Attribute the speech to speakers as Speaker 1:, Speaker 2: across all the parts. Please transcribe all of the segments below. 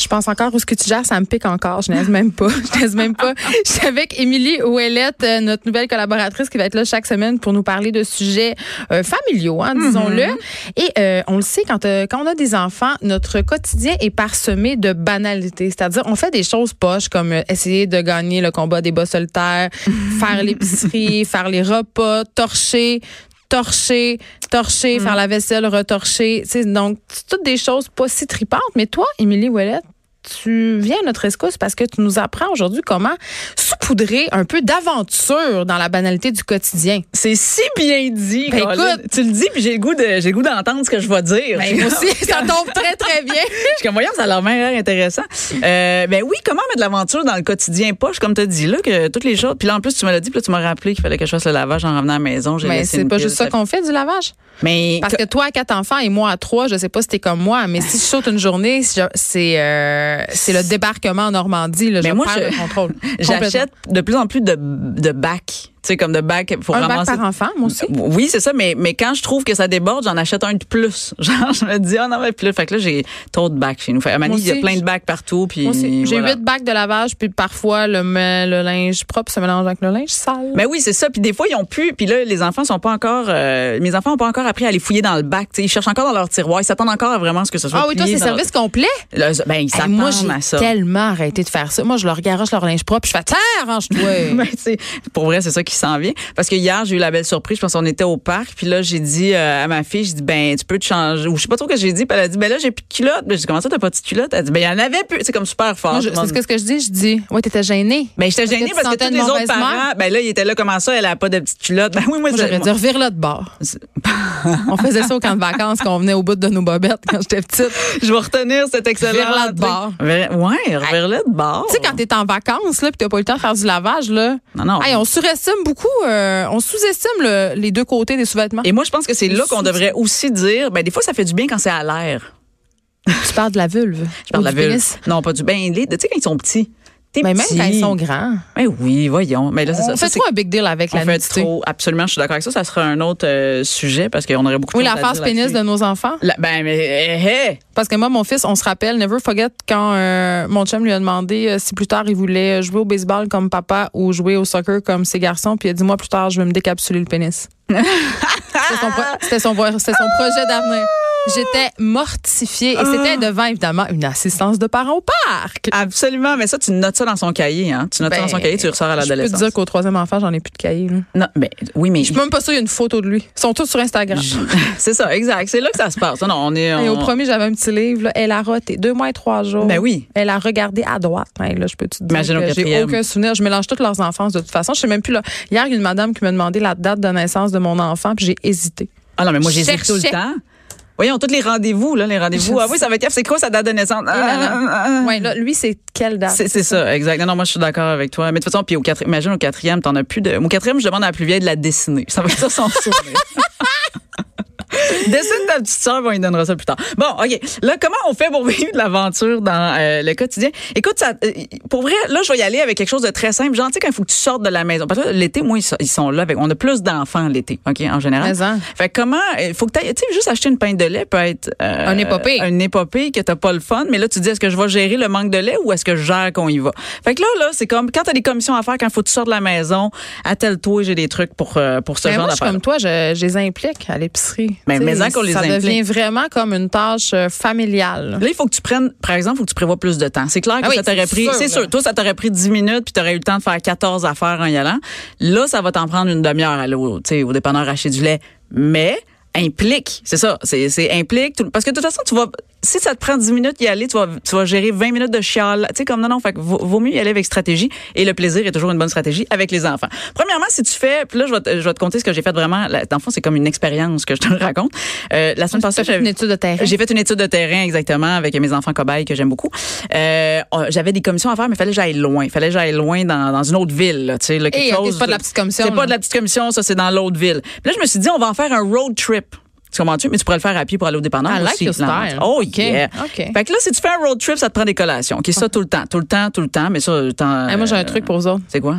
Speaker 1: Je pense encore où ce que tu gères, ça me pique encore. Je n'aise même pas. Je n'aise même pas. Je suis avec Émilie Ouellette, euh, notre nouvelle collaboratrice qui va être là chaque semaine pour nous parler de sujets euh, familiaux, hein, disons-le. Et euh, on le sait, quand, euh, quand on a des enfants, notre quotidien est parsemé de banalités. C'est-à-dire, on fait des choses poches comme euh, essayer de gagner le combat des bas solitaires, faire l'épicerie, faire les repas, torcher torcher, torcher, faire la vaisselle, retorcher. Tu sais, donc, c'est toutes des choses pas si tripantes. Mais toi, Émilie Ouellet, tu viens à notre escousse parce que tu nous apprends aujourd'hui comment saupoudrer un peu d'aventure dans la banalité du quotidien.
Speaker 2: C'est si bien dit.
Speaker 1: Ben,
Speaker 2: Colin.
Speaker 1: écoute.
Speaker 2: tu le dis, puis j'ai le goût de, j'ai le goût d'entendre ce que je vais dire.
Speaker 1: Ben, moi aussi, ça tombe très, très bien.
Speaker 2: Je suis comme, voyons, ça a l'air bien l'air intéressant. Euh, ben oui, comment mettre de l'aventure dans le quotidien poche, comme tu as dit, là, que toutes les choses. Puis là, en plus, tu me l'as dit, puis là, tu m'as rappelé qu'il fallait que je fasse le lavage en revenant à la maison. J'ai
Speaker 1: Mais
Speaker 2: laissé
Speaker 1: Ben, c'est
Speaker 2: une
Speaker 1: pas
Speaker 2: pile,
Speaker 1: juste ça qu'on fait du lavage.
Speaker 2: Mais
Speaker 1: Parce que toi, à quatre enfants et moi à trois, je sais pas si t'es comme moi, mais si je saute une journée, si je- c'est euh, c'est le débarquement en Normandie. Là,
Speaker 2: Mais
Speaker 1: je
Speaker 2: moi, je-
Speaker 1: perds le contrôle.
Speaker 2: j'achète de plus en plus de, de bacs. Tu sais, comme de bacs pour
Speaker 1: Complètement. un bac
Speaker 2: ramasser.
Speaker 1: par enfant, moi aussi.
Speaker 2: Oui, c'est ça, mais, mais quand je trouve que ça déborde, j'en achète un de plus. Genre, je me dis, ah non, mais plus. Fait que là, j'ai trop de bacs chez nous. Fait, à Manille,
Speaker 1: Moi
Speaker 2: il y a
Speaker 1: aussi,
Speaker 2: plein
Speaker 1: je-
Speaker 2: de bacs partout. Puis
Speaker 1: Moi aussi. J'ai
Speaker 2: voilà.
Speaker 1: huit bacs de lavage, puis parfois le, me- le linge propre se mélange avec le linge sale.
Speaker 2: Mais Ben oui, c'est ça. Puis des fois, ils ont pu. Puis là, les enfants sont pas encore. euh, mes enfants ont pas encore appris à les fouiller dans le bac. tu sais. Ils cherchent encore dans leur tiroir. Ils s'attendent encore à vraiment ce que ce soit.
Speaker 1: ah oui, toi,
Speaker 2: plié
Speaker 1: c'est
Speaker 2: dans leur-
Speaker 1: service complet?
Speaker 2: Le- ben, ils
Speaker 1: Hey, moi,
Speaker 2: s'attendent à
Speaker 1: j'ai
Speaker 2: ça.
Speaker 1: tellement arrêté de faire ça. Moi, je leur garoche leur linge propre, puis je fais Tiens, arrange-toi.
Speaker 2: Ben, tu sais, pour vrai, c'est ça qui s'en vient. Parce que hier, j'ai eu la belle surprise. Je pense qu'on était au parc. Puis là, j'ai dit euh, à ma fille, j'ai dit, ben, tu peux te changer. Ou je sais pas trop ce que j'ai dit. Puis elle a dit, ben là, j'ai plus de culotte. Ben, j'ai dit, comment ça, t'as pas de culotte? Elle a dit, ben, il y en avait plus. C'est comme super fort.
Speaker 1: Moi, je-
Speaker 2: tout le monde-
Speaker 1: c'est ce que, ce que je dis, je dis. Ouais, t'étais gênée.
Speaker 2: Ben, j'étais gênée
Speaker 1: tu
Speaker 2: parce que
Speaker 1: sentais
Speaker 2: tous
Speaker 1: une
Speaker 2: les autres
Speaker 1: mauvaise mère?
Speaker 2: parents, ben là, ils étaient là, comment ça, elle a pas de petite culotte? Ben oui, moi,
Speaker 1: Moi,
Speaker 2: c'est-
Speaker 1: J'aurais dû revire de bord. On faisait ça au camp de vacances quand on venait au bout de nos bobettes quand j'étais petite.
Speaker 2: Je vais retenir cet excellent.
Speaker 1: Verlat de bord.
Speaker 2: Ver- Ouais, verlat de bord.
Speaker 1: Tu sais, quand t'es en vacances, là, pis t'as pas eu le temps de faire du lavage, là.
Speaker 2: Non, non.
Speaker 1: Hey, on surestime beaucoup, euh, on sous-estime le- les deux côtés des sous-vêtements.
Speaker 2: Et moi, je pense que c'est là qu'on devrait aussi dire, ben, des fois, ça fait du bien quand c'est à l'air.
Speaker 1: tu parles de la vulve.
Speaker 2: Je parle
Speaker 1: Ou
Speaker 2: de la
Speaker 1: du
Speaker 2: vulve.
Speaker 1: pénis.
Speaker 2: Non, pas du ben, les- tu sais, quand ils sont petits. T'es
Speaker 1: Mais Ben, même
Speaker 2: petit.
Speaker 1: quand ils sont grands.
Speaker 2: Ben oui, voyons. Mais là, c'est ça.
Speaker 1: On
Speaker 2: Ça,
Speaker 1: fait
Speaker 2: c'est-
Speaker 1: trop un big deal avec
Speaker 2: on
Speaker 1: la
Speaker 2: fait
Speaker 1: nudité.
Speaker 2: trop. Absolument, je suis d'accord avec ça. Ça sera un autre euh, sujet parce qu'on aurait beaucoup de
Speaker 1: Oui,
Speaker 2: choses à
Speaker 1: l'affaire
Speaker 2: dire
Speaker 1: pénis de
Speaker 2: là-dessus.
Speaker 1: nos enfants.
Speaker 2: La- ben, mais, eh, eh.
Speaker 1: Parce que moi, mon fils, on se rappelle, never forget, quand euh, mon chum lui a demandé euh, si plus tard il voulait jouer au baseball comme papa ou jouer au soccer comme ses garçons, puis il a dit, moi, plus tard, je vais me décapsuler le pénis. C'était son, pro- c'était son vo- c'était son projet d'avenir. J'étais mortifiée et c'était devant, évidemment, une assistance de parents au parc.
Speaker 2: Ah, Absolument, mais ça, tu notes ça dans son cahier, hein. Tu notes ça dans son
Speaker 1: Ben,
Speaker 2: cahier, tu le ressors à
Speaker 1: Je peux te
Speaker 2: l'adolescence.
Speaker 1: dire qu'au troisième enfant, j'en ai plus de cahier. là.
Speaker 2: Non, ben, oui, mais.
Speaker 1: Je suis même pas sûre qu'il y a une photo de lui. Ils sont tous sur Instagram.
Speaker 2: c'est ça, exact. C'est là que ça se passe. Non, on est.
Speaker 1: Et au
Speaker 2: on-
Speaker 1: premier, j'avais un petit livre. là. Elle a roté deux mois et trois jours.
Speaker 2: Ben oui.
Speaker 1: Elle a regardé à droite. Hey, là, je peux te dire
Speaker 2: Imagine au
Speaker 1: que j'ai
Speaker 2: quatrième.
Speaker 1: aucun souvenir. Je mélange toutes leurs enfances de toute façon. Je sais même plus là. Hier, il y a une madame qui m'a demandé la date de naissance de mon enfant, puis j'ai hésité.
Speaker 2: Ah non, mais moi, j'hésite
Speaker 1: Cherchais.
Speaker 2: tout le temps. Voyons, tous les rendez-vous, là, les rendez-vous.
Speaker 1: Je
Speaker 2: Ah oui, ça va être, c'est quoi sa date de naissance? Ah, ah, ah.
Speaker 1: Ouais, là, lui, c'est quelle date?
Speaker 2: C'est c'est ça, exact. Non, non, moi, je suis d'accord avec toi. Mais de toute façon, puis au quatrième, imagine au quatrième, t'en as plus de. Au quatrième, je demande à la plus vieille de la dessiner. Ça va être ça son souvenir. Dessine ta petite soeur, on lui donnera ça plus tard. Bon, OK. Là, comment on fait pour vivre de l'aventure dans euh, le quotidien? Écoute, ça, euh, pour vrai, là, je vais y aller avec quelque chose de très simple. Genre, tu sais, quand il faut que tu sortes de la maison. Parce que là, l'été, moi, ils sont- ils sont là. Avec, on a plus d'enfants l'été, OK, en général.
Speaker 1: Mais, hein.
Speaker 2: Fait que comment, il faut que t'ailles- tu sais, juste acheter une pinte de lait peut être euh,
Speaker 1: Un épopée.
Speaker 2: Une épopée que t'as pas le fun, mais là tu dis est-ce que je vais gérer le manque de lait ou est-ce que je gère qu'on y va. Fait que là là, c'est comme quand t'as des commissions à faire quand faut que tu sortes de la maison, attelle-toi, j'ai des trucs pour euh, pour ce
Speaker 1: Ben,
Speaker 2: genre
Speaker 1: moi, je suis
Speaker 2: d'affaires.
Speaker 1: comme toi, je, je les implique à l'épicerie.
Speaker 2: Ben,
Speaker 1: Tu sais,
Speaker 2: mais en qu'on les
Speaker 1: ça
Speaker 2: implique.
Speaker 1: devient vraiment comme une tâche euh, familiale.
Speaker 2: Là, il faut que tu prennes, par exemple, il faut que tu prévois plus de temps. C'est clair que
Speaker 1: Ah oui,
Speaker 2: ça t'aurait
Speaker 1: c'est
Speaker 2: pris,
Speaker 1: sûr,
Speaker 2: c'est
Speaker 1: là.
Speaker 2: sûr, toi, ça t'aurait pris 10 minutes puis t'aurais eu le temps de faire 14 affaires en y allant. Là, ça va t'en prendre une demi-heure à aller au, tu sais, au dépanneur acheter du lait. Mais, implique, c'est ça, c'est c'est implique, tout- parce que de toute façon, tu vas, si ça te prend 10 minutes y aller, tu vas, tu vas gérer 20 minutes de chiale. Tu sais, comme non, non, fait que vaut, vaut mieux y aller avec stratégie. Et le plaisir est toujours une bonne stratégie avec les enfants. Premièrement, si tu fais, puis là, je vais, te, je vais te conter ce que j'ai fait vraiment. là, Dans le fond, c'est comme une expérience que je te raconte. Euh, la semaine passée,
Speaker 1: C'est
Speaker 2: j'avais-
Speaker 1: une étude de terrain.
Speaker 2: j'ai fait une étude de terrain exactement avec mes enfants cobayes que j'aime beaucoup. Euh, on- j'avais des commissions à faire, mais fallait que j'aille loin. Fallait que j'aille loin dans, dans une autre ville. là, Tu sais, là, quelque
Speaker 1: Et, ok,
Speaker 2: chose.
Speaker 1: c'est pas de la petite commission,
Speaker 2: C'est
Speaker 1: là.
Speaker 2: pas de la petite commission, ça c'est dans l'autre ville. Puis là, je me suis dit, on va en faire un road trip. Tu comprends-tu? Mais tu pourrais le faire à pied pour aller au dépanneur.
Speaker 1: I like
Speaker 2: aussi,
Speaker 1: your
Speaker 2: finalement.
Speaker 1: style.
Speaker 2: Oh,
Speaker 1: Ok,
Speaker 2: yeah.
Speaker 1: ok.
Speaker 2: Fait que là, si tu fais un road trip, ça te prend des collations. OK, ça tout le temps. Tout le temps, tout le temps. Mais ça, t'en-
Speaker 1: Ah, moi, j'ai un truc pour vous autres.
Speaker 2: C'est quoi?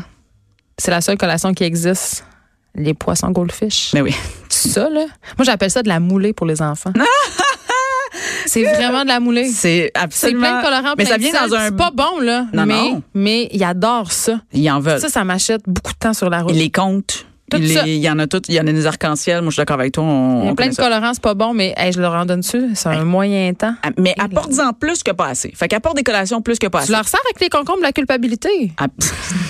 Speaker 1: C'est la seule collation qui existe. Les poissons goldfish.
Speaker 2: Mais oui.
Speaker 1: Ça, là. Moi, j'appelle ça de la moulée pour les enfants. c'est vraiment de la moulée.
Speaker 2: C'est
Speaker 1: C'est
Speaker 2: absolument.
Speaker 1: plein de colorants,
Speaker 2: Mais
Speaker 1: plein
Speaker 2: ça
Speaker 1: de
Speaker 2: vient
Speaker 1: sel,
Speaker 2: dans un.
Speaker 1: C'est pas bon, là.
Speaker 2: Non,
Speaker 1: mais,
Speaker 2: non.
Speaker 1: mais ils adorent ça.
Speaker 2: Ils en veulent.
Speaker 1: Ça, ça m'achète beaucoup de temps sur la route.
Speaker 2: Ils les comptent.
Speaker 1: Tout
Speaker 2: Ils les-
Speaker 1: ça.
Speaker 2: Il y en a toutes. Il y en a des arcs-en-ciel. Moi, je suis d'accord avec toi. On,
Speaker 1: Il y
Speaker 2: on
Speaker 1: a plein
Speaker 2: connaît
Speaker 1: de
Speaker 2: ça.
Speaker 1: colorants, c'est pas bon, mais hey, je leur en donne dessus. C'est un moyen temps.
Speaker 2: Ah, Mais apporte-en plus que pas assez. Fait qu'apporte des collations plus que pas
Speaker 1: Tu
Speaker 2: assez.
Speaker 1: leur sers avec les concombres de la culpabilité.
Speaker 2: Ah,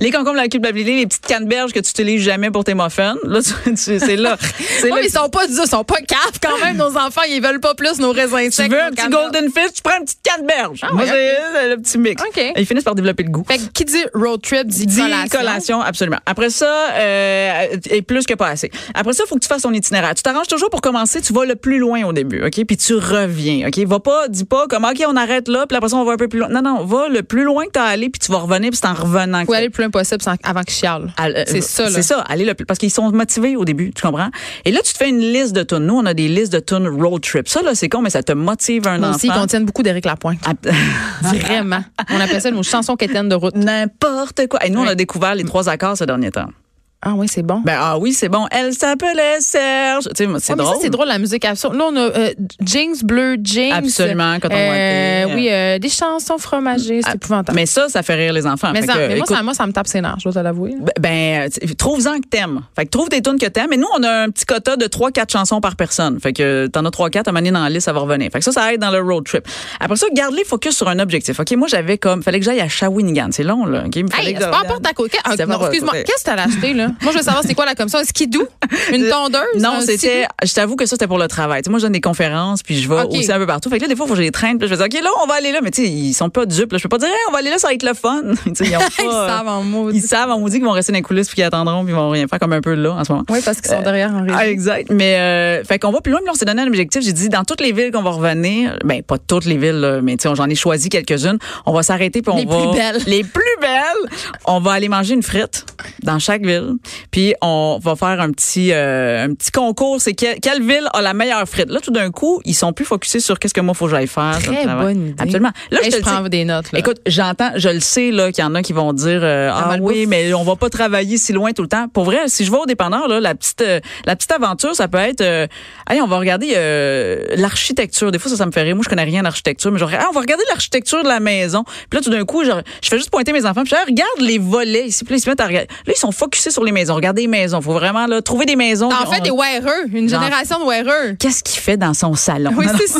Speaker 2: les concombres, la culpabilité, les petites canneberges que tu utilises jamais pour tes muffins. Là, tu- tu- c'est là. C'est
Speaker 1: Oui,
Speaker 2: là
Speaker 1: mais
Speaker 2: que
Speaker 1: ils sont pas durs, ils sont pas caves quand même, nos enfants. Ils veulent pas plus nos raisins
Speaker 2: tu
Speaker 1: secs,
Speaker 2: veux
Speaker 1: nos
Speaker 2: un petit
Speaker 1: canettes.
Speaker 2: golden fish, tu prends une petite canneberge. Moi,
Speaker 1: Ah, ouais,
Speaker 2: c'est c'est le petit mix.
Speaker 1: OK.
Speaker 2: Et Ils finissent par développer le goût.
Speaker 1: Fait que qui dit road trip dit,
Speaker 2: Dix
Speaker 1: collation.
Speaker 2: collations, absolument. Après ça, euh, et plus que pas assez. Après ça, il faut que tu fasses ton itinéraire. Tu t'arranges toujours pour commencer, tu vas le plus loin au début, OK? Puis tu reviens, OK? Va pas, dis pas comme, OK, on arrête là, puis après ça, on va un peu plus loin. Non, non, va le plus loin que t'as allé, puis tu vas revenir, puis c'est en revenant que
Speaker 1: Faut
Speaker 2: t'as-
Speaker 1: aller le plus loin possible sans- avant qu'ils chialent.
Speaker 2: à- euh,
Speaker 1: C'est ça, là.
Speaker 2: C'est ça, aller le plus- parce qu'ils sont motivés au début, tu comprends? Et là, tu te fais une liste de tunes. Nous, on a des listes de tunes road trip. Ça, là, c'est con, mais ça te motive un
Speaker 1: Moi
Speaker 2: enfant.
Speaker 1: aussi, ils contiennent beaucoup d'Éric Lapointe.
Speaker 2: à-
Speaker 1: Vraiment. On appelle ça nos chansons quétaines de route.
Speaker 2: N'importe quoi. Et nous, on
Speaker 1: Ouais.
Speaker 2: a découvert les trois accords ce dernier temps.
Speaker 1: Ah oui, c'est bon.
Speaker 2: Ben, ah oui, c'est bon. Elle s'appelait Serge. Tu sais, c'est
Speaker 1: Ouais, Oh, mais ça,
Speaker 2: drôle.
Speaker 1: c'est drôle, la musique absurde. Là, on a euh, Jinx Bleu, Jinx.
Speaker 2: Absolument, coton
Speaker 1: euh,
Speaker 2: ouaté.
Speaker 1: Oui, euh, des chansons fromagées, c'est
Speaker 2: Ah,
Speaker 1: épouvantable.
Speaker 2: Mais ça, ça fait rire les enfants.
Speaker 1: Mais
Speaker 2: Fait
Speaker 1: ça-
Speaker 2: que,
Speaker 1: mais moi,
Speaker 2: écoute,
Speaker 1: ça, moi, ça me tape ses nerfs, je dois te l'avouer. là.
Speaker 2: ben, euh, tu- trouve-en que t'aimes. Fait que trouve des tunes que t'aimes. Et nous, on a un petit quota de 3-4 chansons par personne. Fait que euh, t'en as 3-4 à manier dans la liste, ça va revenir. Fait que ça, ça aide dans le road trip. Après ça, garde les focus sur un objectif. OK, moi, j'avais comme, fallait que j'aille à Shawinigan. C'est long, là. OK? Il me fallait
Speaker 1: Hey,
Speaker 2: que
Speaker 1: c'est pas
Speaker 2: j'aille-
Speaker 1: importe ta côte. Ah,
Speaker 2: C'est
Speaker 1: non,
Speaker 2: pas-
Speaker 1: Excuse-moi,
Speaker 2: c'est-
Speaker 1: qu'est-ce que t'as acheté, là? Moi, je veux savoir, c'est quoi la commission? Un skidoo? Une tondeuse?
Speaker 2: Non,
Speaker 1: Un
Speaker 2: c'était.
Speaker 1: skidoo?
Speaker 2: Je t'avoue que ça, c'était pour le travail. Tu sais, moi, je donne des conférences, puis je vais
Speaker 1: Ok.
Speaker 2: aussi un peu partout. Fait que là, des fois, faut que je les traîne, puis je vais dire, OK, là, on va aller là. Mais tu sais, ils sont pas dupes. Là. Je peux pas dire, Hey, on va aller là, ça va être le fun. Tu sais, ils, ont pas-
Speaker 1: Ils savent en
Speaker 2: Ils
Speaker 1: maudit.
Speaker 2: savent, on vous dit qu'ils vont rester dans les coulisses, puis qu'ils attendront, puis ils vont rien faire, comme un peu là, en ce moment.
Speaker 1: Oui, parce qu'ils sont derrière en
Speaker 2: Ah,
Speaker 1: régie.
Speaker 2: exact. Mais, euh, fait qu'on va plus loin, puis là, on s'est donné un objectif. J'ai dit, dans toutes les villes qu'on va revenir, ben, pas toutes les villes, là, mais tu sais, j'en ai choisi quelques-unes. On va s'arrêter, puis on
Speaker 1: Les
Speaker 2: va.
Speaker 1: plus belles.
Speaker 2: Les plus belles. On va aller manger une frite dans chaque ville. Puis on va faire un petit, euh, un petit concours. C'est quelle, quelle ville a la meilleure frite? Là, tout d'un coup, ils sont plus focusés sur qu'est-ce que moi, faut que j'aille faire. sur le
Speaker 1: Très
Speaker 2: travail.
Speaker 1: bonne idée.
Speaker 2: Absolument. Là,
Speaker 1: Hey,
Speaker 2: je te
Speaker 1: je
Speaker 2: le
Speaker 1: prends
Speaker 2: dis,
Speaker 1: des notes, là.
Speaker 2: Écoute, j'entends, je le sais là qu'il y en a qui vont dire euh, ah
Speaker 1: malbouffe.
Speaker 2: oui, mais on va pas travailler si loin tout le temps. Pour vrai, si je vais au dépanneur là, la petite euh, la petite aventure, ça peut être euh, hey, on va regarder euh, l'architecture. Des fois ça ça me fait rire. Moi je connais rien en architecture, mais genre ah, on va regarder l'architecture de la maison. Puis là tout d'un coup, genre, je fais juste pointer mes enfants, puis je fais, Ah, regarde les volets ici, puis là, ils se mettent à regarder. Là ils sont focusés sur les maisons. Regardez les maisons, faut vraiment là trouver des maisons.
Speaker 1: En
Speaker 2: On-
Speaker 1: fait, des wearers, une
Speaker 2: Genre-
Speaker 1: génération de wearers.
Speaker 2: Qu'est-ce qu'il fait dans son salon?
Speaker 1: Oui,
Speaker 2: Non, non.
Speaker 1: c'est ça.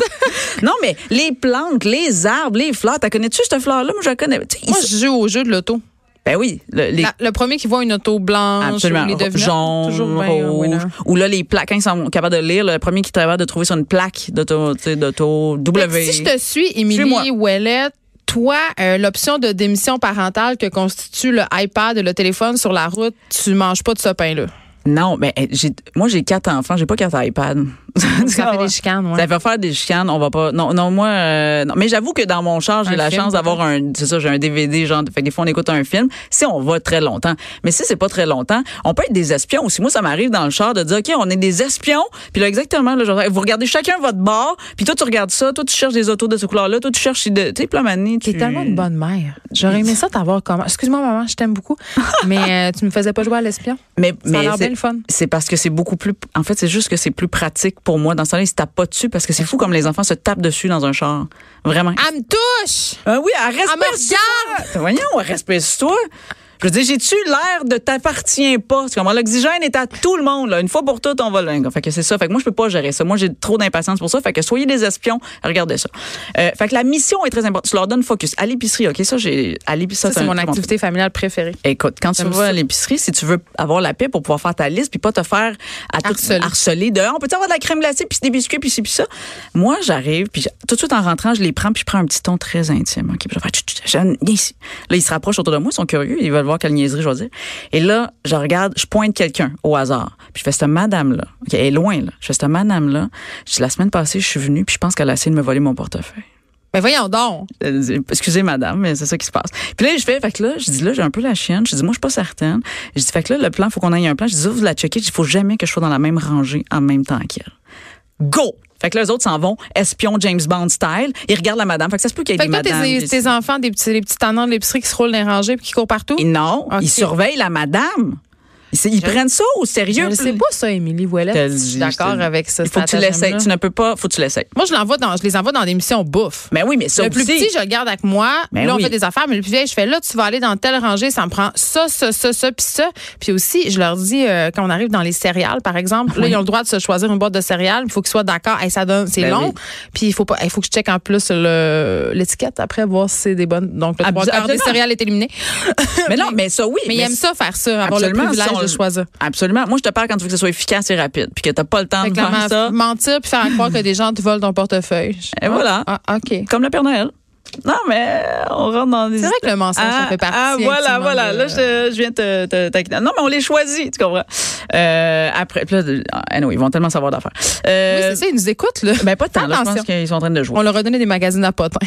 Speaker 2: Non, mais les plantes, les arbres, les fleurs, t'as connais-tu cette fleur-là? Moi, je la connais. Tu sais, ils
Speaker 1: Moi, je joue au jeu de l'auto.
Speaker 2: Ben oui, le, les
Speaker 1: La- le premier qui voit une auto blanche,
Speaker 2: absolument
Speaker 1: ou les devinettes,
Speaker 2: jaune,
Speaker 1: toujours bien un winner.
Speaker 2: rouge, ou là les plaques, quand ils sont capables de lire, le premier qui est capable de trouver sur une plaque d'auto, tu sais, d'auto
Speaker 1: Fait que
Speaker 2: W.
Speaker 1: Ben, Si je te suis,
Speaker 2: Suis-moi.
Speaker 1: Émilie Ouellet, toi, euh, l'option de démission parentale que constitue le iPad et le téléphone sur la route, tu manges pas de ce pain-là.
Speaker 2: Non, mais eh, j'ai, moi j'ai quatre enfants, j'ai pas quatre iPad.
Speaker 1: Ça fait des chicanes, ouais.
Speaker 2: Ça va faire des chicanes, on va pas. Non, non, moi, euh, non. mais j'avoue que dans mon char, j'ai
Speaker 1: Un
Speaker 2: la
Speaker 1: film,
Speaker 2: chance d'avoir un, c'est ça, j'ai un DVD, genre, fait que des fois on écoute un film. Si on va très longtemps, mais si c'est pas très longtemps, on peut être des espions aussi. Moi, ça m'arrive dans le char de dire, ok, on est des espions. Puis là, exactement, là, genre, vous regardez chacun votre bord. Puis toi, tu regardes ça, toi, tu cherches des autos de ce couleur-là, toi, tu cherches, des- tu sais, plein manie.
Speaker 1: T'es tellement une bonne mère. J'aurais aimé ça t'avoir comment. Excuse-moi, maman, je t'aime beaucoup, mais euh, tu me faisais pas jouer à l'espion.
Speaker 2: Mais,
Speaker 1: Ça a
Speaker 2: mais
Speaker 1: l'air
Speaker 2: c'est-
Speaker 1: bien le fun.
Speaker 2: C'est parce que c'est beaucoup plus. En fait, c'est juste que c'est plus pratique pour moi. Dans ce temps-là, ils se tapent pas dessus parce que c'est fou comme les enfants se tapent dessus dans un char. Vraiment.
Speaker 1: Elle me touche!
Speaker 2: Ah oui, elle
Speaker 1: Elle me
Speaker 2: respecte.
Speaker 1: regarde!
Speaker 2: Voyons, respecte-toi. Je veux dire, j'ai-tu l'air de t'appartient pas? Tu comprends? L'oxygène est à tout le monde, là. Une fois pour toutes, on va lingue. Fait que c'est ça. Fait que moi, je peux pas gérer ça. Moi, j'ai trop d'impatience pour ça. Fait que soyez des espions. Regardez ça. Euh, fait que la mission est très importante. Tu leur donnes focus. À l'épicerie, OK? Ça, j'ai, à l'épicerie,
Speaker 1: Ça, c'est
Speaker 2: un-
Speaker 1: mon activité familiale préférée.
Speaker 2: Écoute, quand tu
Speaker 1: J'aime
Speaker 2: vas
Speaker 1: ça.
Speaker 2: à l'épicerie, si tu veux avoir la paix pour pouvoir faire ta liste puis pas te faire à tout-
Speaker 1: Harceler.
Speaker 2: harceler de Ah, on peut avoir de la crème glacée puis des biscuits puis ci puis ça. Moi, j'arrive puis je- tout de suite en rentrant, je les prends puis je prends un petit ton très intime. OK, puis je vais faire Chut, chut, Jeanne, viens ici. Là, ils se rapprochent autour de moi, ils sont curieux, ils veulent voir quelle niaiserie je vais dire. Et là, je regarde, je pointe quelqu'un au hasard. Puis je fais cette madame là, OK, elle est loin là. Je fais cette madame là, je dis, la semaine passée, je suis venue puis je pense qu'elle a essayé de me voler mon portefeuille.
Speaker 1: Mais Ben, voyons donc.
Speaker 2: Elle dit, Euh, excusez madame, mais c'est ça qui se passe. Puis là, je fais, fait que là, je dis là, j'ai un peu la chienne. Je dis, moi, je suis pas certaine. Je dis, fait que là, le plan, faut qu'on aille un plan. Je dis, ça, vous la checkez. Je dis, faut jamais que je sois dans la même rangée en même temps qu'elle. Go! Fait que là, les autres s'en vont, espion James Bond style. Ils regardent la madame. Fait que ça se peut qu'il y ait
Speaker 1: Fait
Speaker 2: des
Speaker 1: que toi,
Speaker 2: madames.
Speaker 1: tes,
Speaker 2: des-
Speaker 1: tes enfants, des petits, les petits tendons de l'épicerie qui se roulent dans les rangées puis qui courent partout?
Speaker 2: Et non,
Speaker 1: Ok.
Speaker 2: ils surveillent la madame. Ils, ils prennent ça au
Speaker 1: Je
Speaker 2: sérieux.
Speaker 1: ne sais pas ça, Émilie
Speaker 2: Je te
Speaker 1: Ouellet.
Speaker 2: le
Speaker 1: Je
Speaker 2: dis,
Speaker 1: suis
Speaker 2: je te
Speaker 1: d'accord
Speaker 2: le-
Speaker 1: avec ça.
Speaker 2: Il faut que
Speaker 1: cet
Speaker 2: tu l'essayes.
Speaker 1: attachement-là.
Speaker 2: Tu ne peux pas, faut que tu l'essayes.
Speaker 1: Moi, je, l'envoie dans, je les envoie dans des missions bouffe.
Speaker 2: Mais oui, mais ça
Speaker 1: le plus
Speaker 2: aussi.
Speaker 1: petit, je le garde avec moi.
Speaker 2: Ben
Speaker 1: là, on
Speaker 2: oui.
Speaker 1: fait des affaires, mais le plus vieil, je fais là, tu vas aller dans telle rangée, ça me prend ça, ça, ça, ça, puis ça. Puis aussi, je leur dis, euh, quand on arrive dans les céréales, par exemple, là, ils ont le droit de se choisir une boîte de céréales, il faut qu'ils soient d'accord. Hey, ça donne, c'est
Speaker 2: Ben
Speaker 1: long.
Speaker 2: oui.
Speaker 1: Puis il faut pas, il faut que je check en plus le- l'étiquette après, voir si c'est des bonnes. Donc, le
Speaker 2: Abs-
Speaker 1: trois quarts des
Speaker 2: absolument.
Speaker 1: céréales est éliminé.
Speaker 2: mais non, mais ça oui.
Speaker 1: Mais ils aiment ça, faire ça, avoir le
Speaker 2: Absolument,
Speaker 1: privilège
Speaker 2: si on-
Speaker 1: de choisir.
Speaker 2: Absolument. Moi, je te parle quand tu veux que ce soit efficace et rapide, puis que t'as pas le temps
Speaker 1: Fait
Speaker 2: de
Speaker 1: que la
Speaker 2: faire
Speaker 1: ma-
Speaker 2: ça. Euh,
Speaker 1: mentir puis faire croire que des gens te volent ton portefeuille.
Speaker 2: Et
Speaker 1: Ah,
Speaker 2: voilà.
Speaker 1: Ah, OK.
Speaker 2: Comme le Père Noël. Non, mais on rentre dans des.
Speaker 1: C'est vrai que le mensonge, ça fait partie.
Speaker 2: Ah, voilà,
Speaker 1: intimement
Speaker 2: voilà.
Speaker 1: de-
Speaker 2: Là, je, je viens te, te, taquiner. Non, mais on les choisit, tu comprends. Euh, après, puis là, de- ah, non, ils vont tellement savoir d'affaires.
Speaker 1: Oui,
Speaker 2: Euh,
Speaker 1: c'est ça, ils nous écoutent, là.
Speaker 2: ben, pas tant. là, je pense
Speaker 1: Attention.
Speaker 2: qu'ils sont en train de jouer.
Speaker 1: On leur a donné des magazines à potins.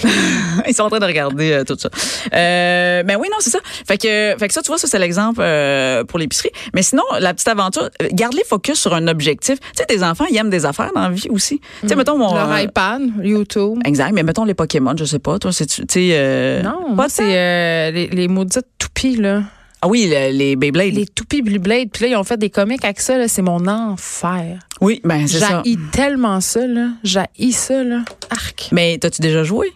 Speaker 2: Ils sont en train de regarder euh, tout ça. Euh, ben oui, non, c'est ça. Fait que, fait que ça, tu vois, ça, c'est l'exemple euh, pour l'épicerie. Mais sinon, la petite aventure, euh, garde les focus sur un objectif. Tu sais, tes enfants, ils aiment des affaires dans la vie aussi. Tu
Speaker 1: Mm.
Speaker 2: sais, mettons, mon.
Speaker 1: Leur
Speaker 2: euh,
Speaker 1: iPad, YouTube.
Speaker 2: Exact, mais mettons les Pokémon, je sais pas. Toi, c'est tu tu sais. euh,
Speaker 1: Non,
Speaker 2: pas
Speaker 1: moi, c'est euh, les, les maudites toupies, là.
Speaker 2: Ah oui, le- les Beyblade.
Speaker 1: Les toupies Blue Blade. Puis là, ils ont fait des comics avec ça, là. C'est mon enfer.
Speaker 2: Oui, ben c'est ça.
Speaker 1: J'haïs tellement ça, là. J'haïs ça, là. Arc.
Speaker 2: Mais t'as-tu déjà joué?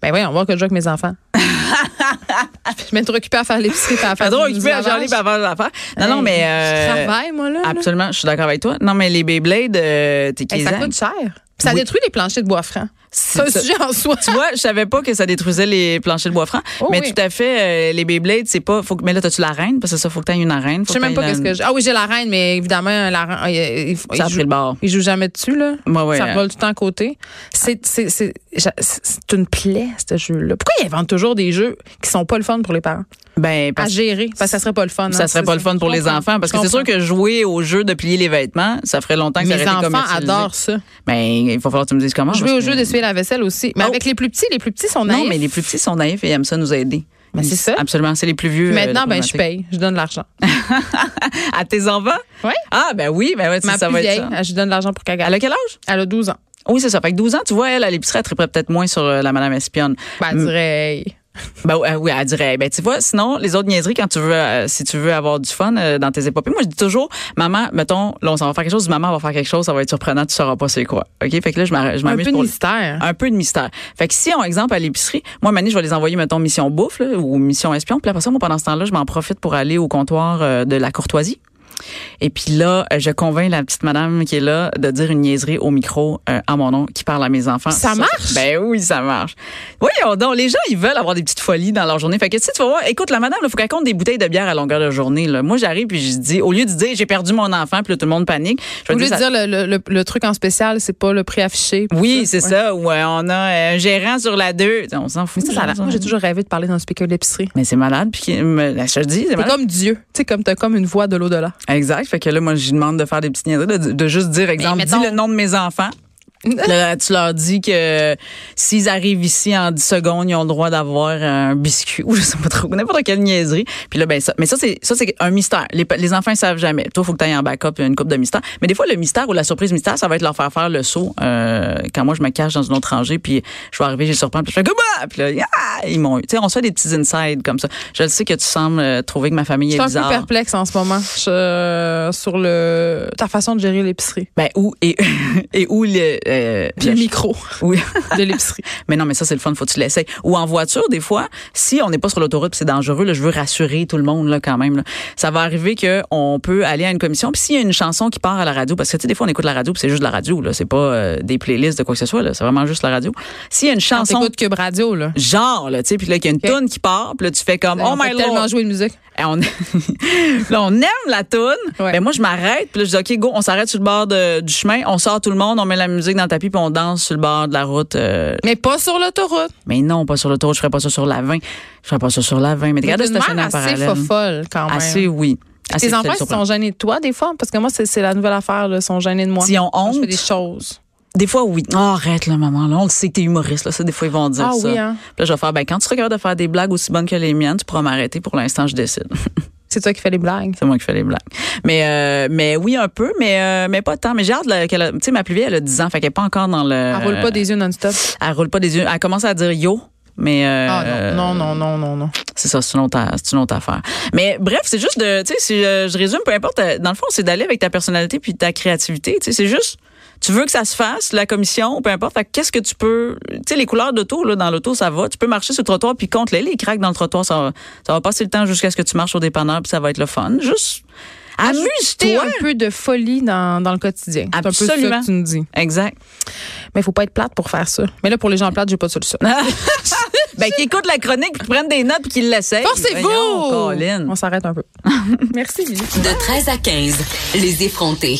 Speaker 1: Ben oui, on va voir que je joue avec mes enfants. je vais trop occupée à faire l'épicerie puis à faire
Speaker 2: Pas drôle,
Speaker 1: du
Speaker 2: tu peux
Speaker 1: lavage.
Speaker 2: aller avant l'affaire. Non, non,
Speaker 1: Hey,
Speaker 2: mais.
Speaker 1: Je
Speaker 2: euh,
Speaker 1: travaille, moi, là. là.
Speaker 2: Absolument, je suis d'accord avec toi. Non, mais les Beyblade, euh, t'es
Speaker 1: Hey,
Speaker 2: qu'ils
Speaker 1: Eh, ça
Speaker 2: aiment.
Speaker 1: coûte cher. Puis ça
Speaker 2: Oui.
Speaker 1: détruit les planchers de bois franc. C'est
Speaker 2: C'est
Speaker 1: un
Speaker 2: ça.
Speaker 1: sujet en soi.
Speaker 2: Tu vois, je savais pas que ça détruisait les planchers de bois franc.
Speaker 1: Oh
Speaker 2: mais
Speaker 1: oui.
Speaker 2: tout à fait, euh, les Beyblade, c'est pas. Faut, que- mais là, t'as-tu la reine? Parce que ça, faut que t'aies une arène.
Speaker 1: Je sais même pas qu'est-ce que j'ai. Ah oui, j'ai la reine, mais évidemment, la reine. ah, il- il- il
Speaker 2: Ça a
Speaker 1: joue-
Speaker 2: pris le bord.
Speaker 1: Il joue jamais dessus, là.
Speaker 2: Moi, ouais.
Speaker 1: Ça
Speaker 2: hein.
Speaker 1: vole tout le temps à côté. C'est, c'est, c'est, j'a- c'est- c'est une plaie, ce jeu-là. Pourquoi ils inventent toujours des jeux qui sont pas le fun pour les parents?
Speaker 2: Ben,
Speaker 1: À
Speaker 2: parce
Speaker 1: gérer. Parce que ça serait pas le fun. hein,
Speaker 2: ça serait
Speaker 1: c'est
Speaker 2: pas le fun pour
Speaker 1: Je
Speaker 2: les
Speaker 1: comprends.
Speaker 2: enfants. Parce
Speaker 1: Je
Speaker 2: que c'est sûr que jouer au jeu de plier les vêtements, ça ferait longtemps que ça aurait été
Speaker 1: Mes enfants
Speaker 2: commercialisé.
Speaker 1: adorent ça.
Speaker 2: Ben, il va falloir que tu me dises comment.
Speaker 1: Jouer
Speaker 2: parce
Speaker 1: au
Speaker 2: que-
Speaker 1: jeu d'essuyer la vaisselle aussi. Mais
Speaker 2: Oh.
Speaker 1: avec les plus petits, les plus petits sont naïfs.
Speaker 2: Non, mais les plus petits sont naïfs et aiment ça nous aider.
Speaker 1: Ben, c'est ça.
Speaker 2: Absolument, c'est les plus vieux.
Speaker 1: Puis
Speaker 2: euh,
Speaker 1: Maintenant,
Speaker 2: la
Speaker 1: ben, je
Speaker 2: problématique.
Speaker 1: paye. Je donne de l'argent.
Speaker 2: À tes enfants?
Speaker 1: Ouais.
Speaker 2: Ah, ben oui, ben ouais, tu
Speaker 1: Ma
Speaker 2: sais, ça
Speaker 1: plus
Speaker 2: va
Speaker 1: vieille,
Speaker 2: être ça.
Speaker 1: elle, je donne de l'argent pour qu'elle gagne.
Speaker 2: Elle a quel âge?
Speaker 1: Elle a 12 ans.
Speaker 2: Oui, c'est ça. Fait que 12 ans, tu vois, elle, à l'épicerie, elle triperait peut-être moins sur euh, la Madame Espionne.
Speaker 1: Ben, elle
Speaker 2: Mm.
Speaker 1: dirait, hey.
Speaker 2: Ben ouais, oui, elle dirait, ben tu vois, sinon, les autres niaiseries, quand tu veux, euh, si tu veux avoir du fun euh, dans tes épopées, moi, je dis toujours, maman, mettons, là, on s'en va faire quelque chose, maman va faire quelque chose, ça va être surprenant, tu sauras pas c'est quoi. OK? Fait que là, je m'arr- je
Speaker 1: un
Speaker 2: m'amuse
Speaker 1: peu de
Speaker 2: pour le-
Speaker 1: mystère.
Speaker 2: un peu de mystère. Fait que si, en exemple, à l'épicerie, moi, Mané, je vais les envoyer, mettons, mission bouffe là, ou mission espion. Puis après ça, moi, pendant ce temps-là, je m'en profite pour aller au comptoir euh, de la courtoisie. Et puis là, euh, je convainc la petite madame qui est là de dire une niaiserie au micro euh, à mon nom qui parle à mes enfants.
Speaker 1: Ça marche?
Speaker 2: Ben oui, ça marche. Voyons donc, les gens, ils veulent avoir des petites folies dans leur journée. Fait que tu sais, tu vas voir, écoute, la madame, il faut qu'elle compte des bouteilles de bière à longueur de journée. Là. Moi, j'arrive puis je dis, au lieu de dire j'ai perdu mon enfant, puis là, tout le monde panique, je
Speaker 1: Au
Speaker 2: vais
Speaker 1: lieu
Speaker 2: dire,
Speaker 1: de
Speaker 2: ça-
Speaker 1: dire le, le- le- le truc en spécial, c'est pas le prix affiché. puis
Speaker 2: oui,
Speaker 1: tout
Speaker 2: c'est ça. Ou euh, on a un gérant sur la 2. On s'en fout.
Speaker 1: Ça, ça a l'air-
Speaker 2: genre,
Speaker 1: Moi, j'ai toujours rêvé de parler dans le speaker de l'épicerie.
Speaker 2: Mais c'est malade. Puis qui me- ben, je te dis, c'est
Speaker 1: T'es
Speaker 2: malade.
Speaker 1: comme Dieu. Tu sais, comme t'as comme une voix de l'au-delà.
Speaker 2: Exact. Fait que là, moi, je lui demande de faire des petites niaiseries, de, de juste dire, exemple,
Speaker 1: mettons-
Speaker 2: dis le nom de mes enfants. Là, tu leur dis que s'ils arrivent ici en 10 secondes, ils ont le droit d'avoir un biscuit ou je sais pas trop, n'importe quelle niaiserie. Puis là, ben ça, mais ça c'est ça c'est un mystère. Les, pa- les enfants ils savent jamais. Toi, faut que tu ailles en backup une coupe de mystère. Mais des fois, le mystère ou la surprise mystère, ça va être leur faire faire le saut euh, quand moi je me cache dans une autre rangée, puis je vais arriver, j'ai surprends, puis je fais comme ah! puis là, Ah! ils m'ont eu. Tu sais, on se fait des petits insides comme ça. Je le sais que tu sembles euh, trouver que ma famille est
Speaker 1: Je suis un peu
Speaker 2: bizarre.
Speaker 1: perplexe en ce moment je- euh, sur le ta façon de gérer l'épicerie.
Speaker 2: Ben, ou, et, et où le- euh,
Speaker 1: Puis le micro
Speaker 2: oui.
Speaker 1: de l'épicerie.
Speaker 2: mais non, mais ça, c'est le fun, faut que tu l'essayes. Ou en voiture, des fois, si on n'est pas sur l'autoroute, puis c'est dangereux, là, je veux rassurer tout le monde là, quand même. là. Ça va arriver que on peut aller à une commission. Puis s'il y a une chanson qui part à la radio, parce que tu sais, des fois, on écoute la radio, puis c'est juste de la radio, là, c'est pas euh, des playlists de quoi que ce soit, là, c'est vraiment juste la radio. S'il y a une
Speaker 1: Quand
Speaker 2: chanson,
Speaker 1: t'écoutes Cube Radio, là.
Speaker 2: genre, là, tu sais, puis là, qu'il y a une
Speaker 1: Ok.
Speaker 2: toune qui part, puis là, tu fais comme, oh
Speaker 1: on
Speaker 2: my
Speaker 1: fait tellement
Speaker 2: lord.
Speaker 1: jouer de musique.
Speaker 2: Et on... là, on aime la toune.
Speaker 1: Ouais.
Speaker 2: Ben, moi, je m'arrête. Puis là, je dis, OK, go, on s'arrête sur le bord de- du chemin. On sort tout le monde, on met la musique dans le tapis, puis on danse sur le bord de la route. euh,
Speaker 1: Mais pas sur l'autoroute.
Speaker 2: Mais non, pas sur l'autoroute. Je ferais pas ça sur la 20. Je ferais pas ça sur la 20. Mais regarde le
Speaker 1: C'est une
Speaker 2: stationnaire
Speaker 1: mère assez
Speaker 2: parallèle.
Speaker 1: fofolle, quand même.
Speaker 2: Assez, oui. Assez
Speaker 1: Tes enfants,
Speaker 2: folle,
Speaker 1: ils sont gênés de toi, des fois? Parce que moi, c'est c'est la nouvelle affaire, là, ils sont gênés de moi.
Speaker 2: S'ils ont
Speaker 1: Moi, Je
Speaker 2: honte.
Speaker 1: fais des choses.
Speaker 2: Des fois, oui. Oh, arrête, là, maman. Là, on le sait que t'es humoriste. Là. Ça, des fois, ils vont dire
Speaker 1: Ah
Speaker 2: ça.
Speaker 1: oui, hein?
Speaker 2: Puis là, je vais faire, ben, quand tu seras capable de faire des blagues aussi bonnes que les miennes, tu pourras m'arrêter. Pour l'instant, je décide.
Speaker 1: C'est toi qui fais les blagues.
Speaker 2: C'est moi qui fais les blagues. Mais euh, mais oui un peu, mais euh, mais pas tant. Mais j'ai hâte là, qu'elle, a- tu sais ma plus vieille elle a 10 ans, fait qu'elle est pas encore dans le.
Speaker 1: Elle roule pas des yeux non-stop.
Speaker 2: Elle roule pas des yeux. Elle commence à dire yo. Mais euh,
Speaker 1: Ah non, non, non, non, non, non.
Speaker 2: c'est ça, c'est une, autre, c'est une autre affaire. Mais bref, c'est juste de, tu sais, si euh, je résume, peu importe, euh, dans le fond, c'est d'aller avec ta personnalité puis ta créativité. Tu sais, c'est juste, tu veux que ça se fasse, la commission, peu importe. Fait que qu'est-ce que tu peux, tu sais, les couleurs d'auto, là, dans l'auto, ça va. Tu peux marcher sur le trottoir puis compte les les craques dans le trottoir, ça va, ça va passer le temps jusqu'à ce que tu marches au dépanneur puis ça va être le fun. Juste,
Speaker 1: T'es
Speaker 2: amuse-toi.
Speaker 1: un peu de folie dans, dans le quotidien. C'est un peu ça
Speaker 2: Absolument.
Speaker 1: que tu nous dis.
Speaker 2: Exact.
Speaker 1: Mais faut pas être plate pour faire ça. Mais là, pour les gens plates, j'ai pas de solution.
Speaker 2: Ben, qui écoute la chronique, qui prennent des notes puis qui l'essayent. Voyons,
Speaker 1: Forcez-vous!
Speaker 2: Colin.
Speaker 1: On s'arrête un peu. Merci, Lily.
Speaker 3: De 13 à 15, les effrontés.